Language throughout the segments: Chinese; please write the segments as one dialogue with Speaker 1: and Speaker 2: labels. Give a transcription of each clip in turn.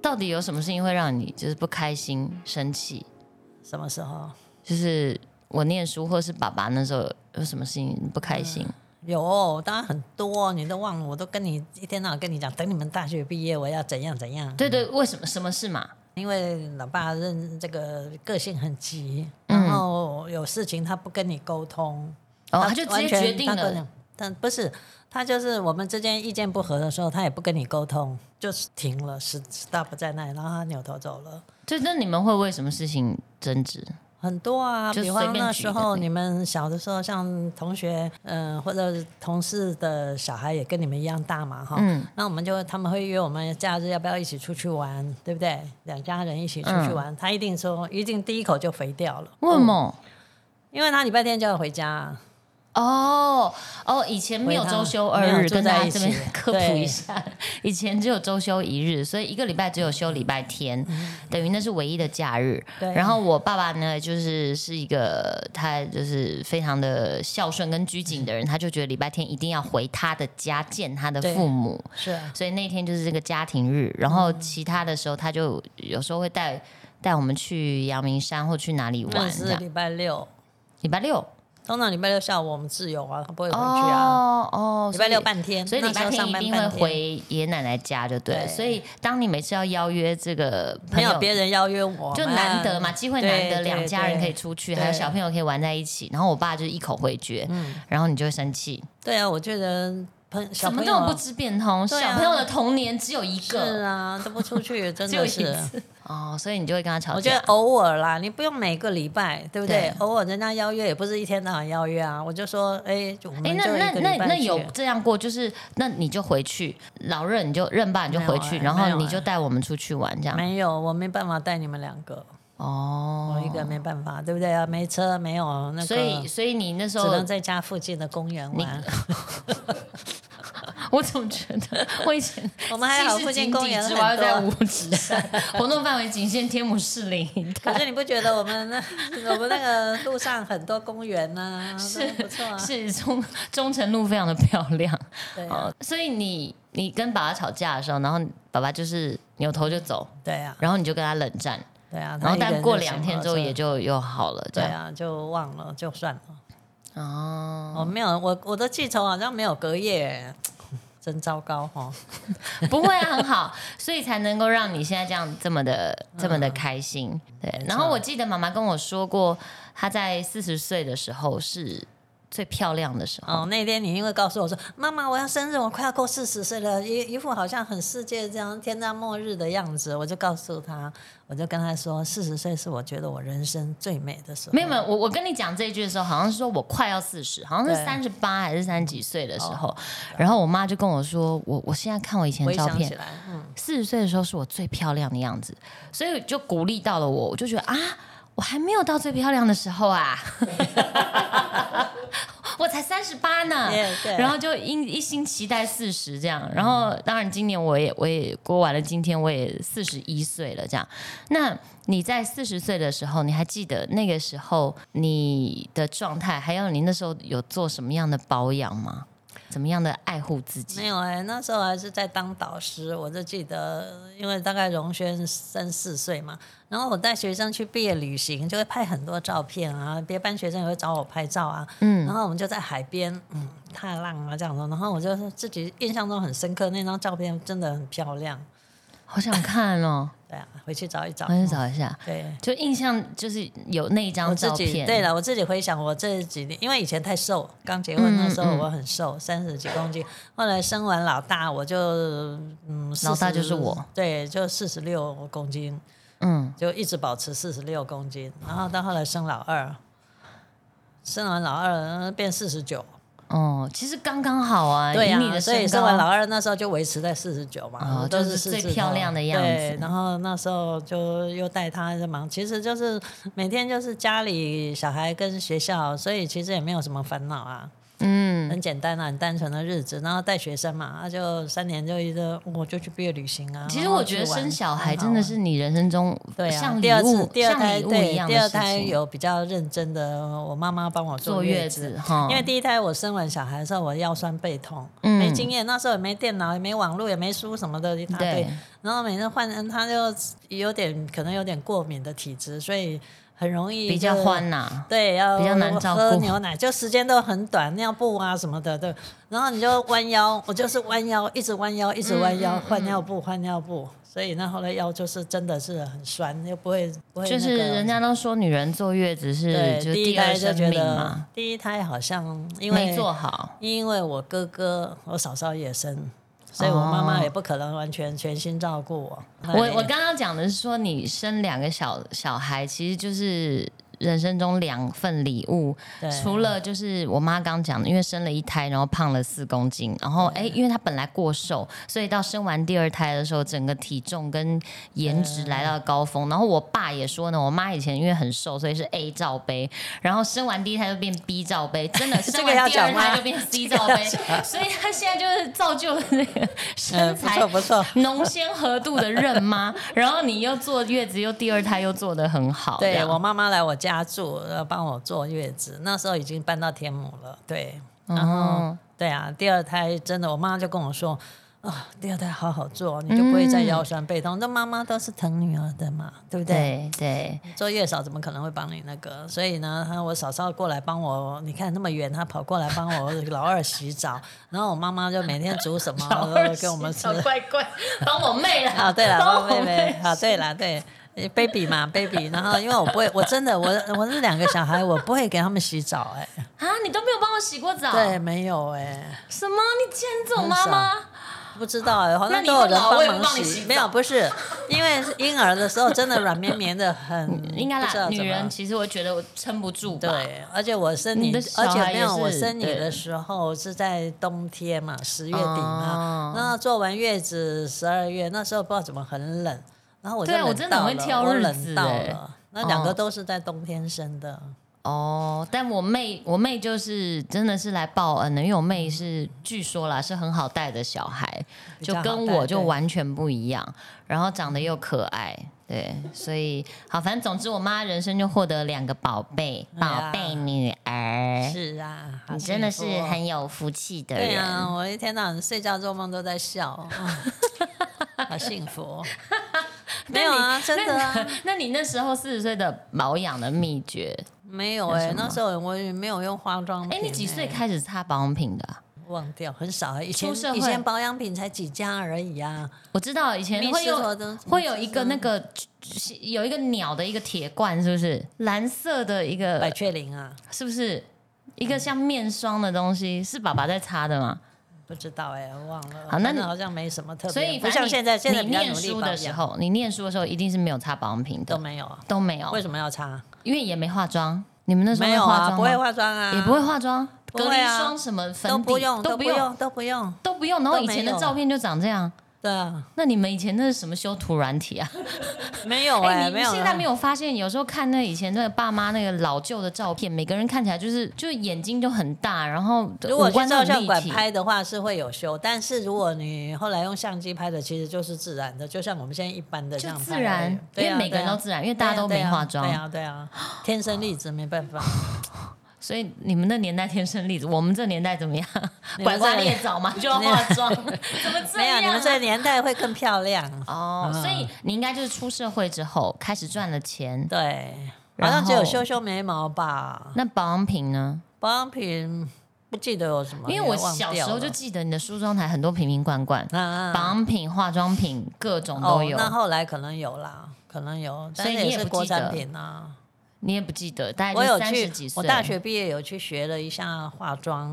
Speaker 1: 到底有什么事情会让你就是不开心、生气？
Speaker 2: 什么时候
Speaker 1: 就是我念书，或是爸爸那时候有什么事情不开心？
Speaker 2: 嗯有？当然很多，你都忘了，我都跟你一天到晚跟你讲，等你们大学毕业，我要怎样怎样。
Speaker 1: 对对，为什么什么事嘛？
Speaker 2: 因为老爸认这个个性很急，然后有事情他不跟你沟通，
Speaker 1: 嗯哦，他就直接
Speaker 2: 啊完全
Speaker 1: 决定
Speaker 2: 他跟
Speaker 1: 了
Speaker 2: 你。但不是他就是我们之间意见不合的时候，他也不跟你沟通，就是停了，stop 在那里，然后他扭头走了。
Speaker 1: 对，那你们会为什么事情争执？
Speaker 2: 很多啊，
Speaker 1: 就
Speaker 2: 比
Speaker 1: 随
Speaker 2: 方
Speaker 1: 便
Speaker 2: 那
Speaker 1: 举
Speaker 2: 时
Speaker 1: 一个
Speaker 2: 候
Speaker 1: 例
Speaker 2: 你们小的时候，像同学，嗯、或者是同事的小孩也跟你们一样大嘛，哈、
Speaker 1: 嗯
Speaker 2: 那我们就他们会约我们假日要不要一起出去玩，对不对？两家人一起出去
Speaker 1: 嗯
Speaker 2: 玩，他一定说，一定第一口就肥掉了。
Speaker 1: 为什么？
Speaker 2: 因为他礼拜天就要回家，
Speaker 1: 哦哦，以前没有周休二
Speaker 2: 没
Speaker 1: 日，
Speaker 2: 有住
Speaker 1: 跟大
Speaker 2: 在
Speaker 1: 家
Speaker 2: 一
Speaker 1: 这
Speaker 2: 起
Speaker 1: 边科普一下，以前只有周休一日，所以一个礼拜只有休礼拜天，等于那是唯一的假日。
Speaker 2: 嗯对
Speaker 1: 然后我爸爸呢，就是是一个他就是非常的孝顺跟拘谨的人，他就觉得礼拜天一定要回他的家见他的
Speaker 2: 对
Speaker 1: 父母，
Speaker 2: 是啊
Speaker 1: 所以那天就是这个家庭日。然后其他的时候，他就有时候会带带我们去阳明山或去哪里
Speaker 2: 那
Speaker 1: 玩，这
Speaker 2: 是
Speaker 1: 样。
Speaker 2: 礼拜六，
Speaker 1: 礼拜六
Speaker 2: 通常礼拜六下午我们自由啊，他不会回去啊。
Speaker 1: 哦哦，
Speaker 2: 礼拜
Speaker 1: 所
Speaker 2: 六
Speaker 1: 以
Speaker 2: 半天，
Speaker 1: 所以礼
Speaker 2: 那时
Speaker 1: 拜
Speaker 2: 候
Speaker 1: 天
Speaker 2: 上
Speaker 1: 一
Speaker 2: 班
Speaker 1: 定会
Speaker 2: 半天。
Speaker 1: 回爷爷奶奶家，就对了。
Speaker 2: 对
Speaker 1: 所以当你每次要邀约这个朋
Speaker 2: 没
Speaker 1: 友
Speaker 2: 有，别人邀约我，啊
Speaker 1: 就难得嘛，机会难得，
Speaker 2: 对对
Speaker 1: 两家人可以出去，
Speaker 2: 对
Speaker 1: 还有小朋友可以玩在一起。然后我爸就是一口回绝，然后你就会生气，
Speaker 2: 对啊，我觉得朋小
Speaker 1: 怎么
Speaker 2: 朋
Speaker 1: 这
Speaker 2: 友啊
Speaker 1: 么不知变通？
Speaker 2: 对啊
Speaker 1: 小朋友的童年只有一
Speaker 2: 是
Speaker 1: 个
Speaker 2: 啊，都不出去，真
Speaker 1: 只有
Speaker 2: 的
Speaker 1: 一
Speaker 2: 是。
Speaker 1: 次哦，所以你就会跟他吵
Speaker 2: 我觉
Speaker 1: 架
Speaker 2: 得。偶尔啦，你不用每个礼拜，对不对？
Speaker 1: 对
Speaker 2: 偶尔人家邀约也不是一天到晚邀约啊。我就说，哎，就我们
Speaker 1: 哎，那
Speaker 2: 就一
Speaker 1: 那
Speaker 2: 个
Speaker 1: 那
Speaker 2: 礼拜
Speaker 1: 那
Speaker 2: 去
Speaker 1: 有这样过，就是那你就回去，老任你就任爸你就回去，
Speaker 2: 没有
Speaker 1: 然
Speaker 2: 哎没
Speaker 1: 后
Speaker 2: 有
Speaker 1: 你
Speaker 2: 哎
Speaker 1: 就带我们出去玩这样。
Speaker 2: 没有？我没办法带你们两个，
Speaker 1: 哦
Speaker 2: 我，一个没办法，对不对啊？没车，没有那个，
Speaker 1: 所以所以你那时
Speaker 2: 只
Speaker 1: 候
Speaker 2: 能在家附近的公园玩。
Speaker 1: 我总觉得 我以前
Speaker 2: 我们还好，附近公园
Speaker 1: 之
Speaker 2: 很
Speaker 1: 外，又在五
Speaker 2: 多。
Speaker 1: 指山，活动范围仅限天母市林一
Speaker 2: 可
Speaker 1: 带。
Speaker 2: 是你不觉得我们那 我们那个路上很多公园呢、
Speaker 1: 是
Speaker 2: 都不错啊。
Speaker 1: 是中中城路非常的漂 亮，
Speaker 2: 对啊，
Speaker 1: 哦，所以你你跟爸爸吵架的时候，然后爸爸就是扭头就走，
Speaker 2: 对啊，
Speaker 1: 然后你就跟他冷战，
Speaker 2: 对啊。
Speaker 1: 然后
Speaker 2: 他一个
Speaker 1: 但
Speaker 2: 人
Speaker 1: 过
Speaker 2: 就
Speaker 1: 两
Speaker 2: 骑
Speaker 1: 天
Speaker 2: 摩
Speaker 1: 之
Speaker 2: 托
Speaker 1: 后
Speaker 2: 车
Speaker 1: 也就又好了，这
Speaker 2: 对
Speaker 1: 样
Speaker 2: 啊，就忘了，就算了。
Speaker 1: 哦，
Speaker 2: 我没有，我我的记仇好像没有隔夜，真糟糕哈、哦。
Speaker 1: 不会啊，很 好，所以才能够让你现在这样这么的、这么的开心。对，
Speaker 2: 嗯错
Speaker 1: 然后我记得妈妈跟我说过，她在四十岁的时候是最漂亮的时候。
Speaker 2: 哦，那天你因为告诉我说，妈妈我要生日，我快要过四十岁了，一一副好像很世界这样天灾末日的样子，我就告诉他，我就跟他说，四十岁是我觉得我人生最美的时候。
Speaker 1: 没有没有，我我跟你讲这一句的时候，好像是说我快要四十，好像是
Speaker 2: 对
Speaker 1: 三十八还是三十几岁的时候，然后我妈就跟我说，我我现在看我以前的
Speaker 2: 回
Speaker 1: 照
Speaker 2: 想
Speaker 1: 片
Speaker 2: 起，来，嗯，
Speaker 1: 四十岁的时候是我最漂亮的样子，所以就鼓励到了我，我就觉得啊，我还没有到最漂亮的时候 啊，我才三十八呢。
Speaker 2: 对对嗯
Speaker 1: 然后就一一心期待四十这样，然后当然今年我也我也过完了，今天我也四十一岁了这样。那你在四十岁的时候，你还记得那个时候你的状态，还有你那时候有做什么样的保养吗？怎么样的爱护自己
Speaker 2: 没？有哎、那时候还是在当导师，我就记得，因为大概荣轩三四岁嘛，然后我带学生去毕业旅行，就会拍很多照片啊，别班学生也会找我拍照啊，嗯，然后我们就在海边，嗯，踏浪啊这样子，然后我就自己印象中很深刻，那张照片真的很漂亮，
Speaker 1: 好想看哦，
Speaker 2: 对啊，回去找一找，
Speaker 1: 我去找一下。
Speaker 2: 对。
Speaker 1: 就印象就是有那一
Speaker 2: 我
Speaker 1: 张
Speaker 2: 自
Speaker 1: 照
Speaker 2: 己
Speaker 1: 片，
Speaker 2: 对了，我自己回想我这几年，因为以前太瘦，刚结婚那时候
Speaker 1: 嗯嗯
Speaker 2: 我很瘦，三十、几公斤。后来生完老大，我就嗯，
Speaker 1: 老大
Speaker 2: 40
Speaker 1: 就是我，
Speaker 2: 对，就四十六公斤，
Speaker 1: 嗯，
Speaker 2: 就一直保持四十六公斤。然后到后来生老二，生完老二呃变四十九，
Speaker 1: 哦，其实刚刚好啊，
Speaker 2: 对
Speaker 1: 以
Speaker 2: 呀、
Speaker 1: 你的
Speaker 2: 所以
Speaker 1: 身
Speaker 2: 生完老
Speaker 1: 高，
Speaker 2: 二那时候就维持在四十九嘛，
Speaker 1: 哦
Speaker 2: 都
Speaker 1: 就是
Speaker 2: 四
Speaker 1: 最
Speaker 2: 字头
Speaker 1: 漂亮的样子
Speaker 2: 对，然后那时候就又带他忙，其实就是每天就是家里小孩跟学校，所以其实也没有什么烦恼啊。嗯，很简单啊，很单纯的日子。然后带学生嘛，那啊就三年就一个，我就去毕业旅行啊。
Speaker 1: 其实
Speaker 2: 然后
Speaker 1: 我觉得
Speaker 2: 去玩
Speaker 1: 生小孩
Speaker 2: 很好
Speaker 1: 真的
Speaker 2: 玩
Speaker 1: 是你人生中
Speaker 2: 对啊，
Speaker 1: 像
Speaker 2: 第
Speaker 1: 礼
Speaker 2: 二次
Speaker 1: 物、
Speaker 2: 第二
Speaker 1: 像
Speaker 2: 胎
Speaker 1: 礼物一
Speaker 2: 对，
Speaker 1: 样
Speaker 2: 第
Speaker 1: 的
Speaker 2: 二
Speaker 1: 事
Speaker 2: 胎
Speaker 1: 情。
Speaker 2: 有比较认真的，我妈妈帮我
Speaker 1: 坐
Speaker 2: 坐
Speaker 1: 月
Speaker 2: 月
Speaker 1: 子哈，
Speaker 2: 因为第一胎我生完小孩的时候，我腰酸背痛，
Speaker 1: 嗯
Speaker 2: 没经验，那时候也没电脑，也没网络，也没书什么的一大堆
Speaker 1: 对。
Speaker 2: 然后每次换，嗯他就有点可能有点过敏的体质，所以很容易
Speaker 1: 比较
Speaker 2: 就
Speaker 1: 欢呐，
Speaker 2: 对，要
Speaker 1: 比较难照顾
Speaker 2: 喝牛奶就时间都很短，尿布啊什么的，对。然后你就弯腰，我就是弯腰，一直弯腰，一直弯
Speaker 1: 嗯
Speaker 2: 腰，换尿布，换尿布。所以那后来腰就是真的是很酸，又不会不会、那
Speaker 1: 就
Speaker 2: 个。
Speaker 1: 是人家都说女人坐月子
Speaker 2: 对
Speaker 1: 是就是
Speaker 2: 第一
Speaker 1: 第
Speaker 2: 胎
Speaker 1: 二
Speaker 2: 就
Speaker 1: 生
Speaker 2: 觉
Speaker 1: 命
Speaker 2: 得
Speaker 1: 嘛，
Speaker 2: 第一胎好像因为
Speaker 1: 没做好，
Speaker 2: 因为我哥哥我嫂嫂也生，所以我妈妈也不可能完全全心照顾我。
Speaker 1: 哦我我刚刚讲的是说，你生两个小小孩，其实就是人生中两份礼物。
Speaker 2: 哎对
Speaker 1: 除了就是我妈刚讲的，因为生了一胎，然后胖了四公斤，然后哎，因为她本来过瘦，所以到生完第二胎的时候，整个体重跟颜值来到高峰。然后我爸也说呢，我妈以前因为很瘦，所以是 A 罩杯，然后生完第一胎就变 B 罩杯，真 的
Speaker 2: 这
Speaker 1: 生
Speaker 2: 个要
Speaker 1: 完第二
Speaker 2: 讲吗
Speaker 1: 胎就变 C 罩杯， 所以她现在就是造就了那个身
Speaker 2: 嗯不
Speaker 1: 材
Speaker 2: 错不错，
Speaker 1: 浓鲜合度的认妈，然后你又坐月子，又第二胎又做的很好，这
Speaker 2: 对
Speaker 1: 样
Speaker 2: 我妈妈来我家住，呃帮我坐月子，那时候已经搬到天母了。对，然后、
Speaker 1: 哦
Speaker 2: 对啊，第二胎真的，我妈就跟我说。啊、第二胎好好做，你就不会
Speaker 1: 嗯
Speaker 2: 再腰酸背痛。那、妈妈都是疼女儿的嘛，对不
Speaker 1: 对对，
Speaker 2: 坐月嫂怎么可能会帮你那个？所以呢，她我嫂嫂过来帮我，你看那么远，她跑过来帮我老二洗澡，然后我妈妈就每天煮什 么呃给我们 吃
Speaker 1: 小乖乖，帮我妹啦，
Speaker 2: 啊。对了，
Speaker 1: 帮
Speaker 2: 帮
Speaker 1: 我
Speaker 2: 妹妹啊，对了，对。呃 baby 嘛，baby，然后因为我不会，我真的我我那两个小孩，我不会给他们洗澡哎、
Speaker 1: 啊，你都没有帮我洗过澡，
Speaker 2: 对，没有哎、
Speaker 1: 什么？你竟然这种妈妈？
Speaker 2: 不知道哎、好
Speaker 1: 那
Speaker 2: 像
Speaker 1: 你
Speaker 2: 都有人
Speaker 1: 用老我也
Speaker 2: 帮
Speaker 1: 不帮
Speaker 2: 忙
Speaker 1: 你
Speaker 2: 洗，
Speaker 1: 洗
Speaker 2: 没有
Speaker 1: 澡
Speaker 2: 不是，因为婴儿的时候真的软绵绵的很，
Speaker 1: 应该
Speaker 2: 不知道
Speaker 1: 啦，
Speaker 2: 怎
Speaker 1: 女
Speaker 2: 么
Speaker 1: 人其实我觉得我撑不住吧，
Speaker 2: 对，而且我生
Speaker 1: 你
Speaker 2: 你，
Speaker 1: 的
Speaker 2: 而
Speaker 1: 小
Speaker 2: 且
Speaker 1: 孩
Speaker 2: 没
Speaker 1: 也
Speaker 2: 有我
Speaker 1: 是
Speaker 2: 生你
Speaker 1: 对
Speaker 2: 的时候是在冬天嘛，十月底
Speaker 1: 哦，
Speaker 2: 嘛那、做完月子十二月，那时候不知道怎么很冷，然后我就
Speaker 1: 对啊我
Speaker 2: 冷
Speaker 1: 真的
Speaker 2: 到
Speaker 1: 很会
Speaker 2: 了
Speaker 1: 挑
Speaker 2: 我
Speaker 1: 日
Speaker 2: 冷
Speaker 1: 子
Speaker 2: 到
Speaker 1: 欸
Speaker 2: 了。那两个
Speaker 1: 哦
Speaker 2: 都是在冬天生的，
Speaker 1: 哦，但我妹我妹就是真的是来报恩的，因为我妹是据说啦是很好带的小孩，
Speaker 2: 比
Speaker 1: 就
Speaker 2: 较好
Speaker 1: 跟
Speaker 2: 带
Speaker 1: 我就欸
Speaker 2: 对
Speaker 1: 完全不一样，然后长得又可爱，对，所以好，反正总之我妈人生就获得两个宝贝，
Speaker 2: 哎呀
Speaker 1: 宝贝女儿，
Speaker 2: 是啊，好
Speaker 1: 你真的
Speaker 2: 幸
Speaker 1: 是
Speaker 2: 福哦
Speaker 1: 很有福气的
Speaker 2: 对
Speaker 1: 人。
Speaker 2: 啊，我一天到晚睡觉做梦都 在笑，嗯好幸福哦。
Speaker 1: 那
Speaker 2: 没有啊，
Speaker 1: 你
Speaker 2: 真的啊，
Speaker 1: 那你那你那时候四十岁的保养的秘诀？
Speaker 2: 没有哎、
Speaker 1: 什么
Speaker 2: 那时候我也没有用化妆品、欸
Speaker 1: 哎，你几岁？开始擦保养品的啊、
Speaker 2: 忘掉，很少啊。以前
Speaker 1: 出社会
Speaker 2: 以前保养品才几家而已啊。
Speaker 1: 我知道以前
Speaker 2: 密
Speaker 1: 哎会
Speaker 2: 室
Speaker 1: 用
Speaker 2: 活动
Speaker 1: 会有一个那个有一个鸟的一个铁罐，是不是蓝色的一
Speaker 2: 百
Speaker 1: 个？
Speaker 2: 雀羚啊，
Speaker 1: 是不是一个像面霜的东西？是爸爸在擦的吗？
Speaker 2: 不知道哎、我忘了。
Speaker 1: 好那
Speaker 2: 反
Speaker 1: 你
Speaker 2: 正好像没什么特别，
Speaker 1: 所以
Speaker 2: 不
Speaker 1: 反正
Speaker 2: 像
Speaker 1: 你
Speaker 2: 现在，现在
Speaker 1: 你
Speaker 2: 比较
Speaker 1: 念
Speaker 2: 努力
Speaker 1: 书
Speaker 2: 保
Speaker 1: 的时
Speaker 2: 养
Speaker 1: 候，你念书的时候一定是没有擦保养品
Speaker 2: 都
Speaker 1: 的，
Speaker 2: 没有啊。
Speaker 1: 都没有，
Speaker 2: 为什么要擦？
Speaker 1: 因为也没化妆。你哦们那时候
Speaker 2: 没
Speaker 1: 会
Speaker 2: 有
Speaker 1: 化
Speaker 2: 啊，
Speaker 1: 妆
Speaker 2: 不会
Speaker 1: 吗
Speaker 2: 化妆啊，
Speaker 1: 也不会化妆，
Speaker 2: 不
Speaker 1: 隔
Speaker 2: 会
Speaker 1: 离
Speaker 2: 啊
Speaker 1: 霜什么粉
Speaker 2: 都
Speaker 1: 底
Speaker 2: 不用，
Speaker 1: 都
Speaker 2: 都
Speaker 1: 不
Speaker 2: 不
Speaker 1: 用
Speaker 2: 用，都不用。
Speaker 1: 都不用。然后以前
Speaker 2: 都没
Speaker 1: 的
Speaker 2: 有
Speaker 1: 照片就长这样。
Speaker 2: 对啊，
Speaker 1: 那你们以前那是什么修图软 体啊？
Speaker 2: 没有
Speaker 1: 哎、
Speaker 2: 哎、
Speaker 1: 你
Speaker 2: 没有啊。
Speaker 1: 现在没有发现，有时候看那以前那个爸妈那个老旧的照片，每个人看起来就是就是眼睛都很大，然后
Speaker 2: 如果
Speaker 1: 五
Speaker 2: 去
Speaker 1: 官都
Speaker 2: 照
Speaker 1: 很
Speaker 2: 相
Speaker 1: 立
Speaker 2: 馆
Speaker 1: 体。
Speaker 2: 拍的话是会有修，但是如果你后来用相机拍的，其实就是自然的，就像我们现在一般的这
Speaker 1: 就
Speaker 2: 样
Speaker 1: 自
Speaker 2: 拍而已
Speaker 1: 然，
Speaker 2: 对啊、
Speaker 1: 因为每个人
Speaker 2: 对啊
Speaker 1: 都自然，因为大家都没化妆，哦
Speaker 2: 对啊，对 啊，对啊天生丽质没办法。
Speaker 1: 所以你们那年代天生丽质，我们这年代怎么样？
Speaker 2: 你
Speaker 1: 拐
Speaker 2: 们
Speaker 1: 瓜
Speaker 2: 这
Speaker 1: 裂枣嘛，就要化 妆，怎么这
Speaker 2: 没有，
Speaker 1: 样、
Speaker 2: 你们
Speaker 1: 啊？
Speaker 2: 这个年代会更漂亮。
Speaker 1: 哦，所以你应该就是出社会之后开始赚了钱，
Speaker 2: 对，好
Speaker 1: 然
Speaker 2: 像只有
Speaker 1: 后
Speaker 2: 修修眉毛吧，
Speaker 1: 那保养品呢？
Speaker 2: 保养品不记得有什么，
Speaker 1: 因为我
Speaker 2: 也哦忘
Speaker 1: 小时
Speaker 2: 掉
Speaker 1: 候就
Speaker 2: 了
Speaker 1: 记得你的梳妆台很多瓶瓶罐罐，
Speaker 2: 啊
Speaker 1: 保养品、化妆品各种
Speaker 2: 哦
Speaker 1: 都，有。
Speaker 2: 那后来可能有啦，可能有，但
Speaker 1: 所以
Speaker 2: 是
Speaker 1: 你
Speaker 2: 也
Speaker 1: 也
Speaker 2: 是
Speaker 1: 不
Speaker 2: 国
Speaker 1: 记得
Speaker 2: 产品啊。
Speaker 1: 你也不记得，大概
Speaker 2: 我
Speaker 1: 就
Speaker 2: 有
Speaker 1: 三十
Speaker 2: 去
Speaker 1: 几，岁。
Speaker 2: 我大学毕业有去学了一下化妆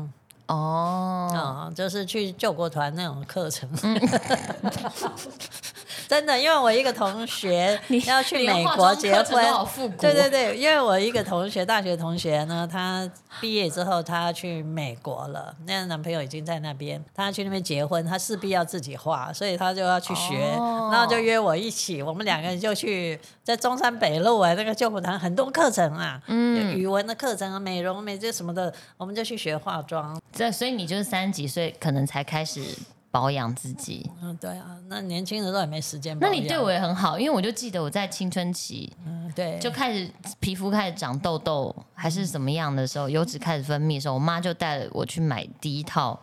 Speaker 1: 哦，嗯
Speaker 2: 嗯啊、就是去救国团那种课程。 真的，因为我一个同学
Speaker 1: 你
Speaker 2: 要去美
Speaker 1: 连化
Speaker 2: 国
Speaker 1: 妆
Speaker 2: 结
Speaker 1: 课程
Speaker 2: 婚
Speaker 1: 都，好复古，
Speaker 2: 对对对，因为我一个同学，大学同学呢，她毕业之后她去美国了，那男朋友已经在那边，她去那边结婚，她势必要自己画，所以她就要去学，
Speaker 1: 哦
Speaker 2: 然后就约我一起，我们两个人就去在中山北路哎、那个救苦堂很多课程啊，嗯，语文的课程啊，美容美这什么的，我们就去学化妆。
Speaker 1: 这所以你就是三十几岁可能才开始保养自己。
Speaker 2: 嗯，对啊，那年轻的时候也没时间保
Speaker 1: 那
Speaker 2: 养。
Speaker 1: 你对我也很好，因为我就记得我在青春期
Speaker 2: 嗯对
Speaker 1: 就开始皮肤开始长痘痘还是怎么样的时候，油脂开始分泌的时候，我妈就带我去买第一套，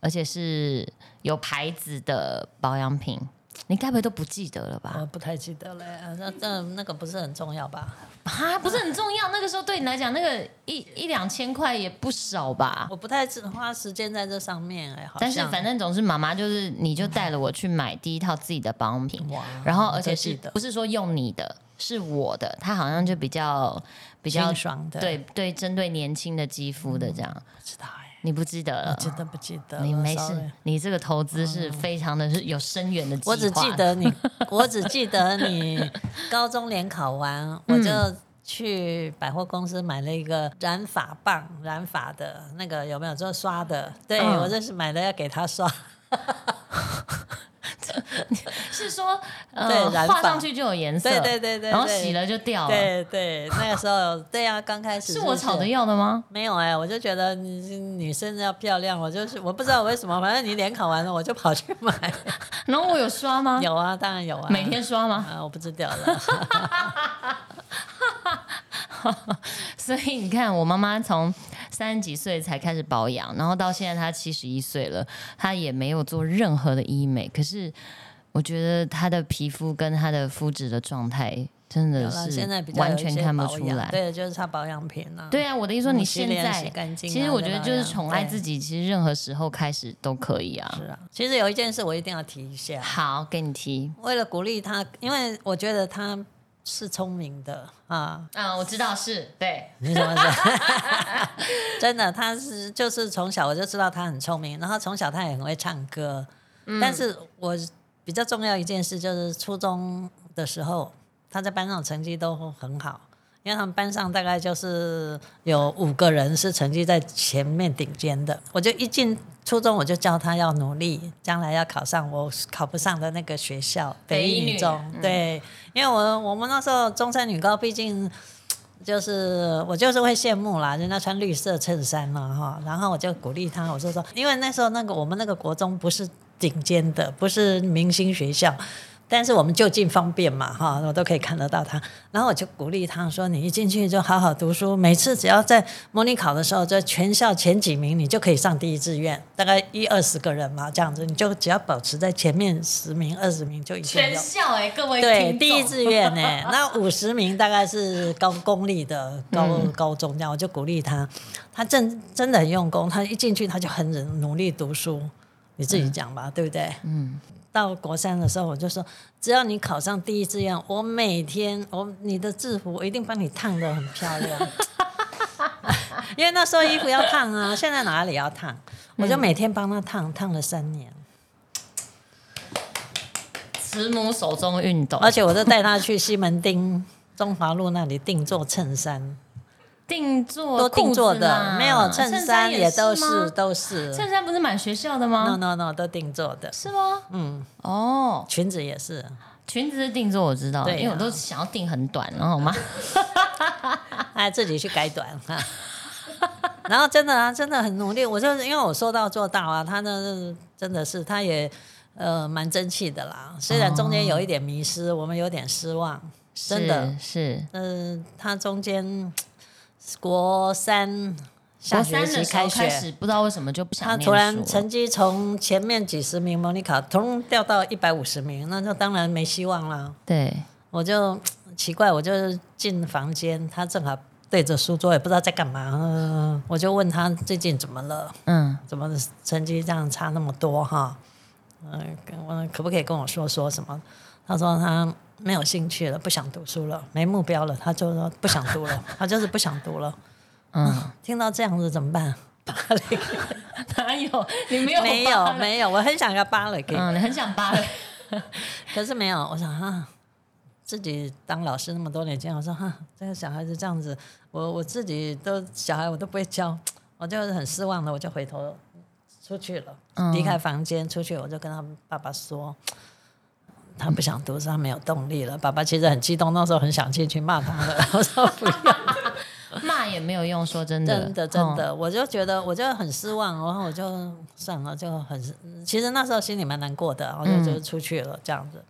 Speaker 1: 而且是有牌子的保养品。你该不会都不记得了吧？
Speaker 2: 我不太记得了，那那那个不是很重要吧？
Speaker 1: 啊，不是很重要。那个时候对你来讲，那个一一两千块也不少吧？
Speaker 2: 我不太只花时间在这上面哎，好像
Speaker 1: 但是反正总之，妈妈就是你就带了我去买第一套自己的保养品，
Speaker 2: 哇
Speaker 1: 然后而且
Speaker 2: 你
Speaker 1: 是
Speaker 2: 都记得
Speaker 1: 不是说用你的，是我的，它好像就比较比较
Speaker 2: 清爽的，
Speaker 1: 对对，针对年轻的肌肤的这样，
Speaker 2: 不知道哎，
Speaker 1: 你不记得了
Speaker 2: 我。真的不记得了，
Speaker 1: 你没
Speaker 2: sorry 嗯
Speaker 1: 事，你这个投资是非常的是有深远的计划
Speaker 2: 我只记得 你，我只记得你高中联考完，我就
Speaker 1: 嗯
Speaker 2: 去百货公司买了一个染发棒，染发的那个有没有做刷的？对、
Speaker 1: 嗯
Speaker 2: 我就是买了要给他刷，
Speaker 1: 是说，呃
Speaker 2: 对，染发
Speaker 1: 画上去就有颜色，
Speaker 2: 对对对对，
Speaker 1: 然后
Speaker 2: 对
Speaker 1: 洗了就掉了，
Speaker 2: 对对，那个时候对呀、刚开始
Speaker 1: 哦是我
Speaker 2: 就
Speaker 1: 炒的药的吗？
Speaker 2: 没有哎、我就觉得你女生要漂亮，我就是我不知道为什么，反正你联考完了我就跑去 买。
Speaker 1: 然后我有刷吗？
Speaker 2: 有啊，当然有啊，
Speaker 1: 每天刷吗？
Speaker 2: 啊，我不知道了。
Speaker 1: 所以你看，我妈妈从三十几岁才开始保养，然后到现在她七十一岁了，她也没有做任何的医美。可是我觉得她的皮肤跟她的肤质的状态真
Speaker 2: 有
Speaker 1: 的
Speaker 2: 了，
Speaker 1: 是
Speaker 2: 现在比较有
Speaker 1: 完
Speaker 2: 一些
Speaker 1: 全看不
Speaker 2: 保
Speaker 1: 出
Speaker 2: 养
Speaker 1: 来。
Speaker 2: 对，就是擦保养品啊。
Speaker 1: 对啊，我的意思说，你
Speaker 2: 嗯洗
Speaker 1: 现
Speaker 2: 脸
Speaker 1: 在
Speaker 2: 洗干净啊
Speaker 1: 其实我觉得就是宠爱
Speaker 2: 对
Speaker 1: 自己，其实任何时候开始都可以啊
Speaker 2: 是。啊，其实有一件事我一定要提一下，
Speaker 1: 好，给你提。
Speaker 2: 为了鼓励他，因为我觉得他是聪明的啊。
Speaker 1: 嗯，我知道是对，
Speaker 2: 你怎么说？ 真的，他是就是从小我就知道他很聪明，然后从小他也很会唱歌。
Speaker 1: 嗯
Speaker 2: 但是我比较重要一件事就是初中的时候，他在班上成绩都很好，因为他们班上大概就是有五个人是成绩在前面顶尖的。我就一进初中我就教他要努力，将来要考上我考不上的那个学校——
Speaker 1: 北
Speaker 2: 北
Speaker 1: 一
Speaker 2: 一
Speaker 1: 女嗯
Speaker 2: 女中。对，因为我我们那时候中山女高，毕竟。就是我就是会羡慕啦，人家穿绿色衬衫嘛哈，然后我就鼓励他，我就说，因为那时候那个我们那个国中不是顶尖的，不是明星学校，但是我们就近方便嘛哈，我都可以看得到他。然后我就鼓励他说，你一进去就好好读书，每次只要在模拟考的时候，在全校前几名，你就可以上第一志愿，大概一二十个人嘛这样子，你就只要保持在前面十名、二十名就一定
Speaker 1: 全
Speaker 2: 有。
Speaker 1: 校哎、各位
Speaker 2: 对，
Speaker 1: 听众
Speaker 2: 第一志愿呢、 那五十名大概是高公立的高、
Speaker 1: 嗯
Speaker 2: 高中这样，我就鼓励他，他真真的很用功，他一进去他就很努努力读书，你自己讲吧，对不对？嗯。到国三的时候，我就说，只要你考上第一志愿，我每天我你的制服我一定帮你烫的很漂 亮。因为那时候衣服要烫啊，现在哪里要烫？我
Speaker 1: 嗯
Speaker 2: 就每天帮他烫，烫了三年。
Speaker 1: 慈母手中运动，
Speaker 2: 而且我就带他去西门町 中华路那里定做衬衫，
Speaker 1: 定做
Speaker 2: 都定做
Speaker 1: 裤子啦
Speaker 2: 的，没有衬衫也都
Speaker 1: 吗
Speaker 2: 是都是
Speaker 1: 衬衫不是满学校的
Speaker 2: no
Speaker 1: 吗？
Speaker 2: no no 都定做的，
Speaker 1: 是吗？
Speaker 2: 嗯，
Speaker 1: 哦，
Speaker 2: 裙子也是，
Speaker 1: 裙子的定做我知道，
Speaker 2: 对啊
Speaker 1: 因为我都想要定很短，然后我妈
Speaker 2: 哎自己去改短哈。 然后真的啊，真的很努力，我就是因为我说到做到啊，他呢真的是他也呃蛮争气的啦，虽然中间有一点迷失，我们有点失望，真的，
Speaker 1: 是
Speaker 2: 嗯，他中间国三
Speaker 1: 是
Speaker 2: 下
Speaker 1: 国
Speaker 2: 学
Speaker 1: 三
Speaker 2: 期
Speaker 1: 的时候
Speaker 2: 开学
Speaker 1: 开始，不知道为什么就不想
Speaker 2: 他
Speaker 1: 念
Speaker 2: 突然
Speaker 1: 书了
Speaker 2: 成绩从前面几十名模拟考，通掉到一百五十名，那就当然没希望啦。
Speaker 1: 对
Speaker 2: 我就奇怪，我就进房间，他正好对着书桌，也不知道在干嘛。嗯我就问他最近怎么了，
Speaker 1: 嗯
Speaker 2: 怎么成绩这样差那么多哈？嗯，跟我可不可以跟我说说什么？他说他没有兴趣了，不想读书了，没目标了，他就说不想读了，他就是不想读了。
Speaker 1: 嗯，
Speaker 2: 听到这样子怎么办？巴雷
Speaker 1: 哪有你没有
Speaker 2: 没
Speaker 1: 芭
Speaker 2: 有
Speaker 1: 蕾
Speaker 2: 没有，我很想要芭蕾给你
Speaker 1: 嗯，你很想芭蕾，
Speaker 2: 可是没有，我想哈，自己当老师那么多年经验，我说哈，这个小孩子这样子，我我自己都小孩我都不会教，我就是很失望的，我就回头出去了，
Speaker 1: 嗯
Speaker 2: 离开房间出去，我就跟他爸爸说。他不想读书，他没有动力了。爸爸其实很激动，那时候很想进去骂他的。我说不要，
Speaker 1: 骂也没有用，说真的，
Speaker 2: 真的真的，我就觉得我就很失望，然后我就算了，就很其实那时候心里蛮难过的，然后就就出去了这样子。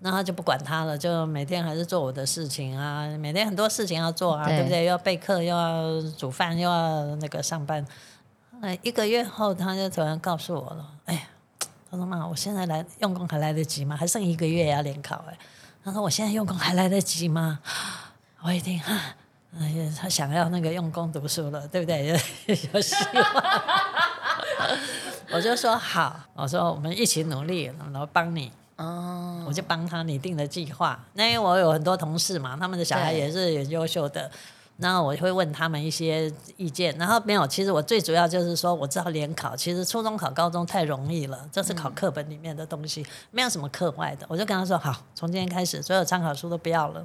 Speaker 2: 那他就不管他了，就每天还是做我的事情啊，每天很多事情要做啊，
Speaker 1: 对
Speaker 2: 对不对？又要备课，又要煮饭，又要那个上班。哎，一个月后，他就突然告诉我了，哎呀，他说妈，我现在来用功还来得及吗？还剩一个月要联考哎、他说我现在用功还来得及吗？我一听哈。哎呀，他想要那个用功读书了，对不对？ 有希望。我就说好，我说我们一起努力，然后帮你。
Speaker 1: 嗯，哦，
Speaker 2: 我就帮他拟定了计划。那因为我有很多同事嘛，他们的小孩
Speaker 1: 对
Speaker 2: 也是很优秀的，那我会问他们一些意见。然后没有，其实我最主要就是说，我知道联考，其实初中考高中太容易了，这是考课本里面的东西，没有什么课外的。我就跟他说，好，从今天开始，所有参考书都不要了。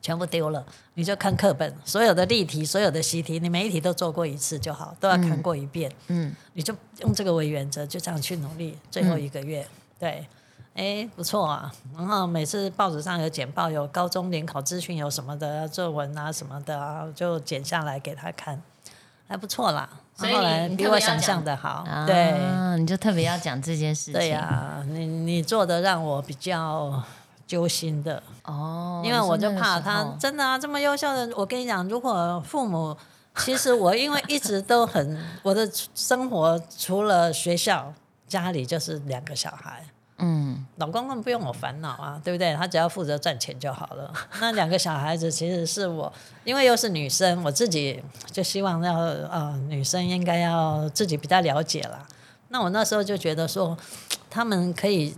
Speaker 2: 全部丢了，你就看课本，所有的例题、所有的习题，你每一题都做过一次就好，都要看过一遍。
Speaker 1: 嗯，
Speaker 2: 你就用这个为原则，就这样去努力。最后一个月，对，哎，不错啊。然后每次报纸上有简报，有高中联考资讯，有什么的作文啊什么的啊，就剪下来给他看，还不错啦。
Speaker 1: 所以
Speaker 2: 后来
Speaker 1: 你
Speaker 2: 比
Speaker 1: 特别要
Speaker 2: 我想
Speaker 1: 讲
Speaker 2: 象的好，
Speaker 1: 啊
Speaker 2: 哦对。，
Speaker 1: 你就特别要讲这件事情，
Speaker 2: 对呀、你你做的让我比较揪心的，
Speaker 1: 哦，
Speaker 2: 因为我就怕
Speaker 1: 是那个时
Speaker 2: 他
Speaker 1: 候
Speaker 2: 真的啊，这么优秀的，我跟你讲，如果父母，其实我因为一直都很我的生活除了学校，家里就是两个小孩，
Speaker 1: 嗯，
Speaker 2: 老公根本不用我烦恼啊，对不对？他只要负责赚钱就好了。 那两个小孩子其实是我，因为又是女生，我自己就希望要呃，女生应该要自己比较了解啦。那我那时候就觉得说，他们可以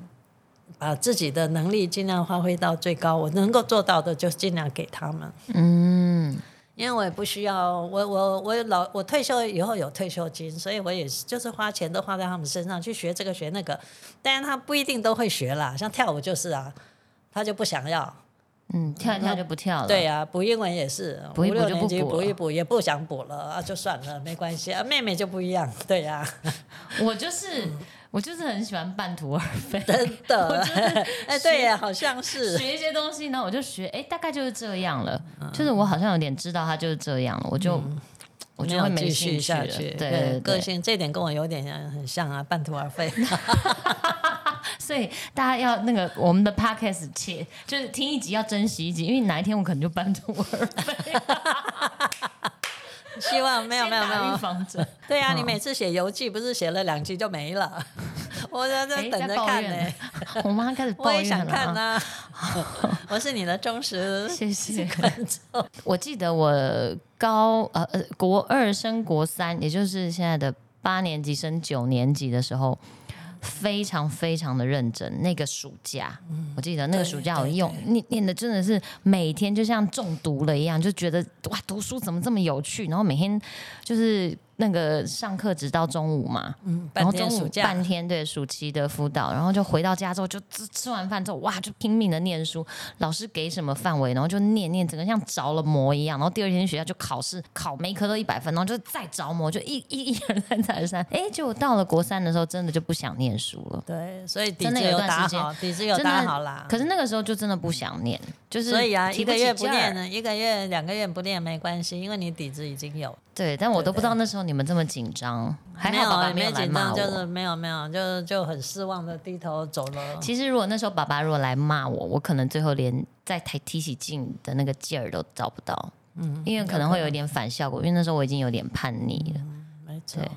Speaker 2: 把啊自己的能力尽量发挥到最高，我能够做到的就尽量给他们。
Speaker 1: 嗯，
Speaker 2: 因为我也不需要，我我我有老我退休以后有退休金，所以我也是就是花钱都花在他们身上去学这个学那个，但是他不一定都会学啦，像跳舞就是啊，他就不想要，
Speaker 1: 嗯，跳一跳就不跳了，
Speaker 2: 对呀、补英文也是，
Speaker 1: 补一补
Speaker 2: 五六
Speaker 1: 就
Speaker 2: 年
Speaker 1: 不
Speaker 2: 级
Speaker 1: 补
Speaker 2: 补一
Speaker 1: 了
Speaker 2: 补也不想补了啊，就算了，没关系啊，妹妹就不一样，对 呀、
Speaker 1: 我就是我就是很喜欢半途而废，
Speaker 2: 真的， 哎，对呀、好像是，
Speaker 1: 学一些东西，然后我就学，哎，大概就是这样了，
Speaker 2: 嗯
Speaker 1: 就是我好像有点知道他就是这样了，我就我
Speaker 2: 没
Speaker 1: 就
Speaker 2: 有
Speaker 1: 会没
Speaker 2: 继续
Speaker 1: 兴趣
Speaker 2: 下
Speaker 1: 了，
Speaker 2: 去，
Speaker 1: 对对
Speaker 2: 个
Speaker 1: 对，
Speaker 2: 性这点跟我有点很像啊，半途而 废。
Speaker 1: 所以大家要那个我们的 podcast 切，就是听一集要珍惜一集，因为哪一天我可能就半途而废，
Speaker 2: 希望没有没有没
Speaker 1: 先打
Speaker 2: 有
Speaker 1: 预，防针。
Speaker 2: 对呀、
Speaker 1: 嗯
Speaker 2: 你每次写游记不是写了两集就没了？ 我在这
Speaker 1: 哎，
Speaker 2: 等着
Speaker 1: 在抱
Speaker 2: 看呢、
Speaker 1: 怨了，我妈开始
Speaker 2: 我
Speaker 1: 抱
Speaker 2: 也
Speaker 1: 怨
Speaker 2: 想
Speaker 1: 了啊
Speaker 2: 看呐、 我是你的 忠实
Speaker 1: 谢谢。
Speaker 2: 观众。
Speaker 1: 我记得我高呃呃国二升国三，也就是现在的八年级升九年级的时候，非常非常的认真。那个暑假，我记得那个暑假我
Speaker 2: 嗯对
Speaker 1: 用念念的真的是每天就像中毒了一样，就觉得哇读书怎么这么有趣，然后每天就是那个上课直到中午嘛，
Speaker 2: 嗯，
Speaker 1: 然
Speaker 2: 半
Speaker 1: 后中
Speaker 2: 天暑
Speaker 1: 午
Speaker 2: 假
Speaker 1: 半天对暑期的辅导，然后就回到家之后就吃吃完饭之后哇就拼命的念书，老师给什么范围，然后就念念，整个像着了魔一样。然后第二天去学校就考试，考每一科都一百分，然后就再着魔，就一一一而再再而三。哎，结果到了国三的时候，真的就不想念书了。
Speaker 2: 对，所以底
Speaker 1: 真的
Speaker 2: 子
Speaker 1: 有
Speaker 2: 有
Speaker 1: 段
Speaker 2: 打
Speaker 1: 时间
Speaker 2: 好，底子有
Speaker 1: 真的
Speaker 2: 打好啦。
Speaker 1: 可是那个时候就真的不想念，就是
Speaker 2: 啊所以啊，
Speaker 1: 提
Speaker 2: 一
Speaker 1: 不
Speaker 2: 个
Speaker 1: 起
Speaker 2: 月不
Speaker 1: 劲儿
Speaker 2: 练，呢，一个月两个月不练没关系，因为你底子已经有。
Speaker 1: 对，但我都
Speaker 2: 对对
Speaker 1: 不知道那时候你们这么紧张，还
Speaker 2: 没
Speaker 1: 好
Speaker 2: 有
Speaker 1: 爸爸
Speaker 2: 也
Speaker 1: 没有
Speaker 2: 没
Speaker 1: 来
Speaker 2: 紧
Speaker 1: 骂
Speaker 2: 张，
Speaker 1: 我。
Speaker 2: 就是没有没有，就就很失望的低头走了。
Speaker 1: 其实如果那时候爸爸如果来骂我，我可能最后连再提提起劲的那个劲儿都找不到，嗯，因为可能会有一点反效果，因为那时候我已经有点叛逆了。
Speaker 2: 没错
Speaker 1: 对，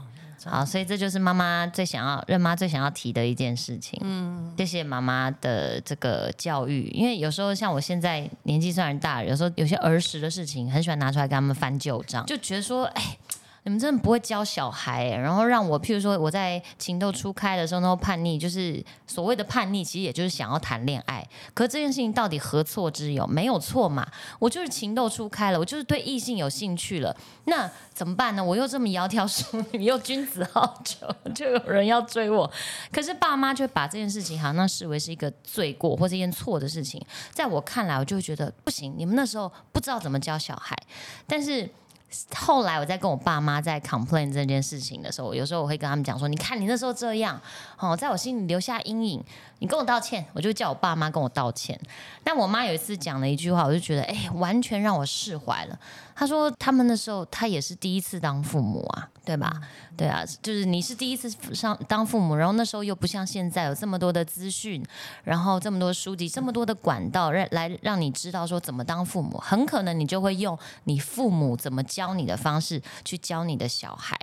Speaker 1: 好，所以这就是妈妈最想要任妈最想要提的一件事情。嗯，谢谢妈妈的这个教育，因为有时候像我现在年纪虽然大了，有时候有些儿时的事情，很喜欢拿出来跟他们翻旧账，就觉得说，哎。你们真的不会教小孩、欸，然后让我，譬如说我在情窦初开的时候，那种叛逆，就是所谓的叛逆，其实也就是想要谈恋爱。可这件事情到底何错之有？没有错嘛，我就是情窦初开了，我就是对异性有兴趣了，那怎么办呢？我又这么窈窕淑女，又君子好逑，就有人要追我。可是爸妈却把这件事情好像视为是一个罪过或是一件错的事情。在我看来，我就会觉得不行，你们那时候不知道怎么教小孩，但是。后来我在跟我爸妈在 complain 这件事情的时候，有时候我会跟他们讲说：“你看你那时候这样，哦，在我心里留下阴影，你跟我道歉。”我就叫我爸妈跟我道歉。但我妈有一次讲了一句话，我就觉得哎，完全让我释怀了。她说他们那时候她也是第一次当父母啊，对吧？对啊，就是你是第一次上当父母，然后那时候又不像现在有这么多的资讯，然后这么多书籍，这么多的管道，让来让你知道说怎么当父母，很可能你就会用你父母怎么教你的方式去教你的小孩。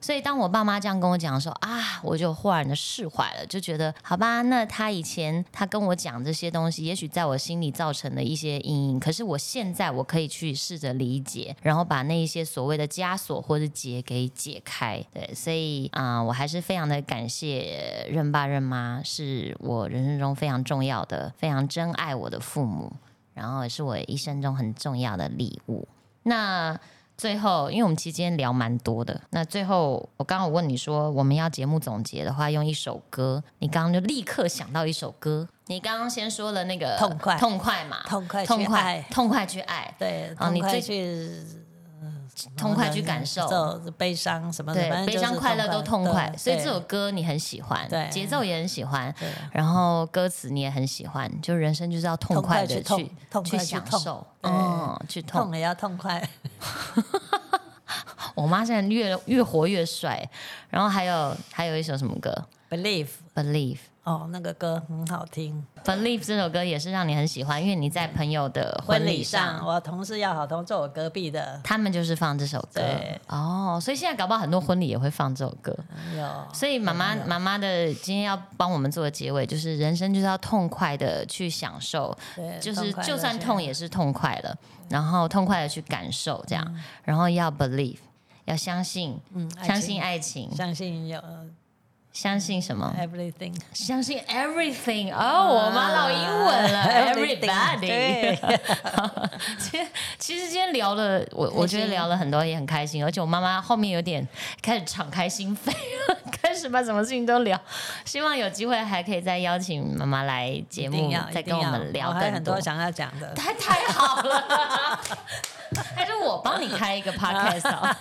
Speaker 1: 所以当我爸妈这样跟我讲的时候啊，我就忽然的释怀了，就觉得好吧，那他以前他跟我讲这些东西，也许在我心里造成了一些阴影，可是我现在我可以去试着理解，然后把那一些所谓的枷锁或者结给解开。对，所以啊、呃我还是非常的感谢任爸任妈，是我人生中非常重要的、非常珍爱我的父母，然后也是我一生中很重要的礼物。那最后，因为我们期间聊蛮多的，那最后我刚刚我问你说，我们要节目总结的话，用一首歌，你刚刚就立刻想到一首歌，你刚刚先说了那个
Speaker 2: 痛快
Speaker 1: 痛快嘛，
Speaker 2: 痛快去
Speaker 1: 痛快
Speaker 2: 爱，
Speaker 1: 痛快去爱，
Speaker 2: 对，
Speaker 1: 啊你
Speaker 2: 痛快
Speaker 1: 最
Speaker 2: 去呃
Speaker 1: 痛快去感受，
Speaker 2: 悲伤什么的，
Speaker 1: 对
Speaker 2: 嗯反，正
Speaker 1: 悲
Speaker 2: 就是
Speaker 1: 伤快乐都痛快，所以这首
Speaker 2: 种
Speaker 1: 歌你很喜欢，
Speaker 2: 对
Speaker 1: 节奏也很喜欢，
Speaker 2: 对
Speaker 1: 然后歌词你也很喜欢，就人生就是要痛快的
Speaker 2: 痛快去痛痛快去
Speaker 1: 享
Speaker 2: 痛
Speaker 1: 受，
Speaker 2: 对
Speaker 1: 嗯，去痛。
Speaker 2: 痛也要痛快，
Speaker 1: 我妈现在越越活越帅，然后还有还有一首什么歌
Speaker 2: believe
Speaker 1: ，Believe。
Speaker 2: 哦，那个歌很好听。
Speaker 1: Believe 这首歌也是让你很喜欢，因为你在朋友的
Speaker 2: 婚
Speaker 1: 礼
Speaker 2: 礼上，我同事要好同坐我隔壁的
Speaker 1: 他们就是放这首歌
Speaker 2: 对嗯
Speaker 1: 哦，所以现在搞不好很多婚礼也会放这首歌。
Speaker 2: 有，
Speaker 1: 所以妈妈妈妈的今天要帮我们做的结尾就是，人生就是要痛快的去享受，
Speaker 2: 对
Speaker 1: 就是
Speaker 2: 快乐
Speaker 1: 就算
Speaker 2: 去
Speaker 1: 痛也是痛快了，然后痛快的去感受这样，然后要 believe，要相信，
Speaker 2: 嗯，爱
Speaker 1: 相
Speaker 2: 情
Speaker 1: 信爱情，
Speaker 2: 相信有呃
Speaker 1: 相信什么？
Speaker 2: everything。
Speaker 1: 相信 everything 哦，我妈老英文了
Speaker 2: 啊 everything，
Speaker 1: ，everybody
Speaker 2: 对。
Speaker 1: 其实其实今天聊了，我
Speaker 2: 心
Speaker 1: 我觉得聊了很多，也很开心。而且我妈妈后面有点开始敞开心扉 了，开始把什么事情都聊。希望有机会还可以再邀请妈妈来节
Speaker 2: 一定
Speaker 1: 目
Speaker 2: 要，
Speaker 1: 再跟
Speaker 2: 一定
Speaker 1: 我
Speaker 2: 要
Speaker 1: 们聊
Speaker 2: 我还有很
Speaker 1: 更多
Speaker 2: 多。想要讲的。
Speaker 1: 太太好了， 还是我帮你开 一个 podcast 啊？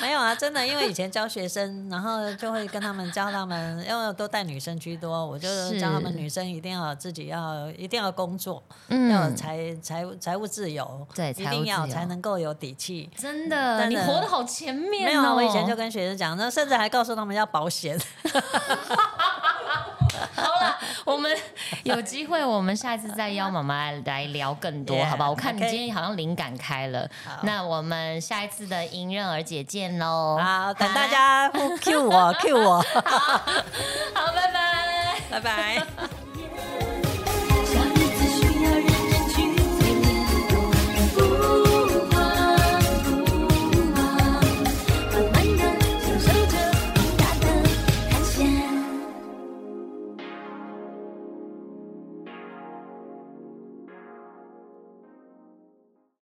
Speaker 2: 没有啊，真的，因为以前教学生，然后就会跟他们教他们，因为都带女生居多，我就是教他们女生一定要自己要一定要工作，要有
Speaker 1: 嗯，
Speaker 2: 财财务财务自由，
Speaker 1: 对
Speaker 2: 一
Speaker 1: 财务
Speaker 2: 定要
Speaker 1: 自由
Speaker 2: 才能够有底气。
Speaker 1: 真的，
Speaker 2: 真的
Speaker 1: 你活得好前面哦。
Speaker 2: 没有啊，我以前就跟学生讲，那甚至还告诉他们要 保险。
Speaker 1: 好了，我们有机会，我们下一次再邀妈妈来聊更多
Speaker 2: Yeah，
Speaker 1: 好不好？我看你
Speaker 2: OK
Speaker 1: 今天好像灵感开了
Speaker 2: 好
Speaker 1: 那我们下一次的迎刃而解见喽。
Speaker 2: 好，等大家 Q 我 Q 我，
Speaker 1: 好，好，拜拜。
Speaker 2: 拜拜。